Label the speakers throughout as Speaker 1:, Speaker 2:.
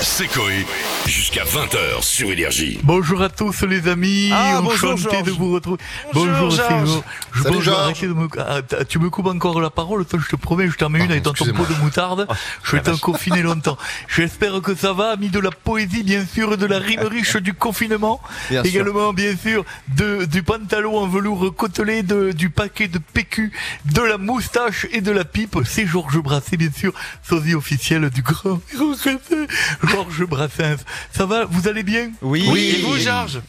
Speaker 1: C'est Coé, jusqu'à 20h sur Énergie.
Speaker 2: Bonjour à tous les amis,
Speaker 3: Ah, bonjour,
Speaker 2: enchanté
Speaker 3: Georges.
Speaker 2: de vous retrouver.
Speaker 3: Bonjour,
Speaker 2: c'est
Speaker 3: Georges.
Speaker 2: Georges. Je-
Speaker 4: Salut,
Speaker 2: bonjour,
Speaker 4: Georges.
Speaker 2: arrêtez de me- ah, t- tu me coupes encore la parole, toi, je te promets, je t'en mets une avec ton pot
Speaker 4: excusez-moi. Ah,
Speaker 2: de moutarde. je vais
Speaker 3: la
Speaker 2: t'en confiner longtemps. J'espère que ça va, amis de la poésie, bien sûr, de la rime riche du confinement.
Speaker 4: Bien sûr.
Speaker 2: Également, bien sûr, de, du pantalon en velours côtelé, de, du paquet de PQ, de la moustache et de la pipe. C'est Georges Brassens, bien sûr, sosie officiel du grand regretté Georges Brassens. Ça va, vous allez bien?
Speaker 3: Oui,
Speaker 4: Oui.
Speaker 3: et vous, Georges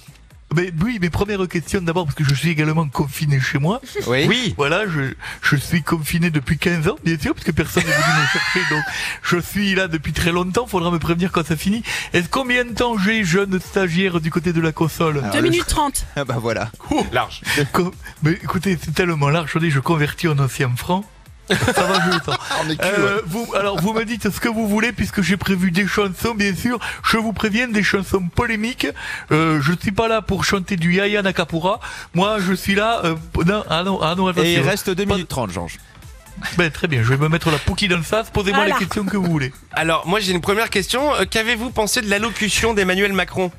Speaker 2: Mais oui, mes premières questions d'abord, parce que je suis également confiné chez moi.
Speaker 4: Oui.
Speaker 3: Oui.
Speaker 2: Voilà, je, je suis confiné depuis 15 ans, bien sûr, parce que personne n'est venu me chercher. Donc, je suis là depuis très longtemps, faudra me prévenir quand ça finit. Est-ce combien de temps j'ai, jeune stagiaire du côté de la console
Speaker 4: Alors,
Speaker 5: 2
Speaker 4: le-
Speaker 5: minutes 30.
Speaker 4: Ah bah voilà.
Speaker 3: Large.
Speaker 2: Com- Mais écoutez, c'est tellement large, attendez, je convertis en ancien franc. Ça va, je le sens.
Speaker 4: On est cul, ouais.
Speaker 2: Euh, vous, alors vous me dites ce que vous voulez puisque j'ai prévu des chansons bien sûr. Je vous préviens des chansons polémiques. Euh, je suis pas là pour chanter du Yaya Nakamura. Moi je suis là. euh, p- non, ah non, ah non.
Speaker 3: Et il
Speaker 2: attention.
Speaker 3: reste 2 minutes 30, Georges.
Speaker 2: Ben, très bien. Je vais me mettre la pouquille dans le sas. Posez-moi
Speaker 5: Voilà.
Speaker 2: les questions que vous voulez.
Speaker 6: Alors, moi j'ai une première question. Euh, Qu'avez-vous pensé de l'allocution d'Emmanuel Macron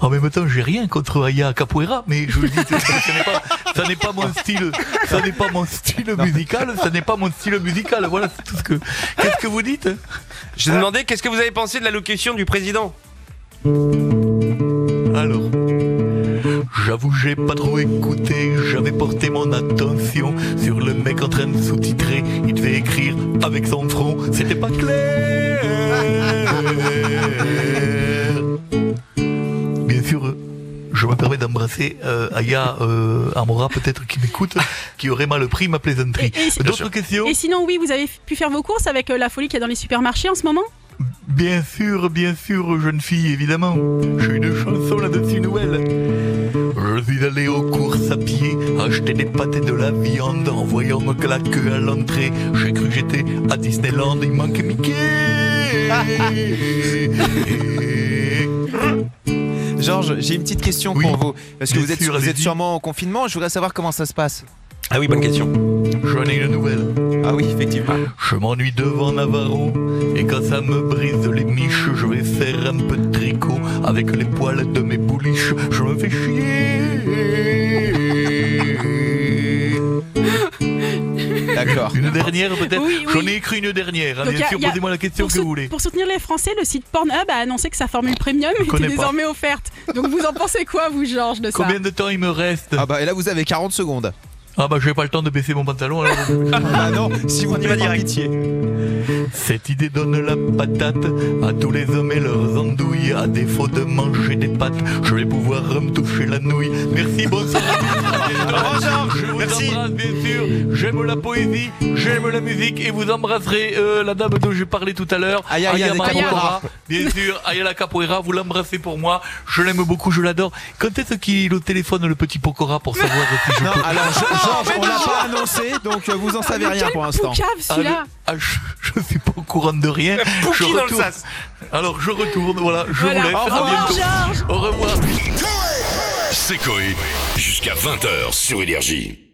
Speaker 2: En même temps, j'ai rien contre Aya Capoeira, mais je vous dis, ça, ça n'est pas, ça n'est pas mon style, ça n'est pas mon style musical, ça n'est pas mon style musical. Voilà, c'est tout ce que. Qu'est-ce que vous dites
Speaker 6: Je vous demandais qu'est-ce que vous avez pensé de l'allocution du président
Speaker 2: Alors, j'avoue, j'ai pas trop écouté. J'avais porté mon attention sur le mec en train de sous-titrer. Il devait écrire avec son front. C'était pas clair. Bien sûr. Je me permets d'embrasser euh, Aya euh, Amora, peut-être qui m'écoute, qui aurait mal pris ma plaisanterie.
Speaker 5: Et- et-
Speaker 2: D'autres questions
Speaker 5: Et sinon, oui, vous avez pu faire vos courses avec euh, la folie qu'il y a dans les supermarchés en ce moment
Speaker 2: Bien sûr, bien sûr, jeune fille, évidemment. J'ai une chanson là-dessus nouvelle. Je suis allé aux courses à pied, acheter des pâtes et de la viande en voyant me la queue à l'entrée. J'ai cru que j'étais à Disneyland, il manque Mickey. Et-
Speaker 3: Georges, j'ai une petite question
Speaker 2: Oui.
Speaker 3: pour vous. Parce que
Speaker 2: Bien
Speaker 3: vous êtes,
Speaker 2: sûr,
Speaker 3: vous êtes
Speaker 2: allez-y.
Speaker 3: sûrement en confinement, je voudrais savoir comment ça se passe.
Speaker 6: Ah oui, bonne question.
Speaker 2: J'en ai une nouvelle.
Speaker 3: Ah oui, effectivement.
Speaker 2: Je m'ennuie devant Navarro et quand ça me brise les miches, je vais faire un peu de tricot avec les poils de mes bouliches. Je me fais chier.
Speaker 3: D'accord.
Speaker 2: Une dernière peut-être.
Speaker 5: Oui, oui.
Speaker 2: J'en ai écrit une dernière. hein,
Speaker 5: Donc,
Speaker 2: bien
Speaker 5: y a-
Speaker 2: sûr,
Speaker 5: y a-
Speaker 2: posez-moi la question
Speaker 5: pour,
Speaker 2: que
Speaker 5: sou-
Speaker 2: vous voulez.
Speaker 5: pour soutenir les Français, le site Pornhub a annoncé que sa formule premium était
Speaker 2: connais pas.
Speaker 5: désormais offerte. Donc vous en pensez quoi, vous, Georges, de ça
Speaker 2: Combien de temps il me reste
Speaker 3: Ah bah et là vous avez 40 secondes.
Speaker 2: Ah bah j'ai pas le temps de baisser mon pantalon. Alors...
Speaker 3: Ah non, si vous
Speaker 6: On y va direct.
Speaker 2: Cette idée donne la patate à tous les hommes et leurs andouilles. À défaut de manger des pâtes, je vais pouvoir me toucher la nouille. Merci, bonsoir.
Speaker 6: Au revoir,
Speaker 2: Je vous
Speaker 6: Merci.
Speaker 2: embrasse bien sûr, j'aime la poésie, j'aime la musique et vous embrasserez euh, la dame dont j'ai parlé tout à l'heure,
Speaker 3: Aya, Aya de
Speaker 2: Mamoura.
Speaker 3: Capoeira.
Speaker 2: bien sûr, Aya la Capoeira, vous l'embrassez pour moi, je l'aime beaucoup, je l'adore. Quand est-ce qu'il est au téléphone le petit Pokora pour savoir si je
Speaker 3: Non,
Speaker 2: peux...
Speaker 3: alors Ge- Georges,
Speaker 6: mais
Speaker 3: on l'a
Speaker 6: non.
Speaker 3: pas annoncé, donc euh, vous en savez
Speaker 5: Mais
Speaker 3: rien
Speaker 5: quel
Speaker 3: pour l'instant.
Speaker 5: poucave,
Speaker 2: Ah, le-
Speaker 5: celui-là
Speaker 2: ah, je, je suis pas au courant de rien. Je
Speaker 6: Pouki dans le
Speaker 2: retourne.
Speaker 6: sas.
Speaker 2: Alors je retourne, voilà, je
Speaker 5: Voilà.
Speaker 2: vous laisse.
Speaker 5: Au
Speaker 2: à
Speaker 5: revoir,
Speaker 2: bientôt.
Speaker 5: Georges
Speaker 2: Au revoir.
Speaker 1: C'est Coé, jusqu'à 20h sur Énergie.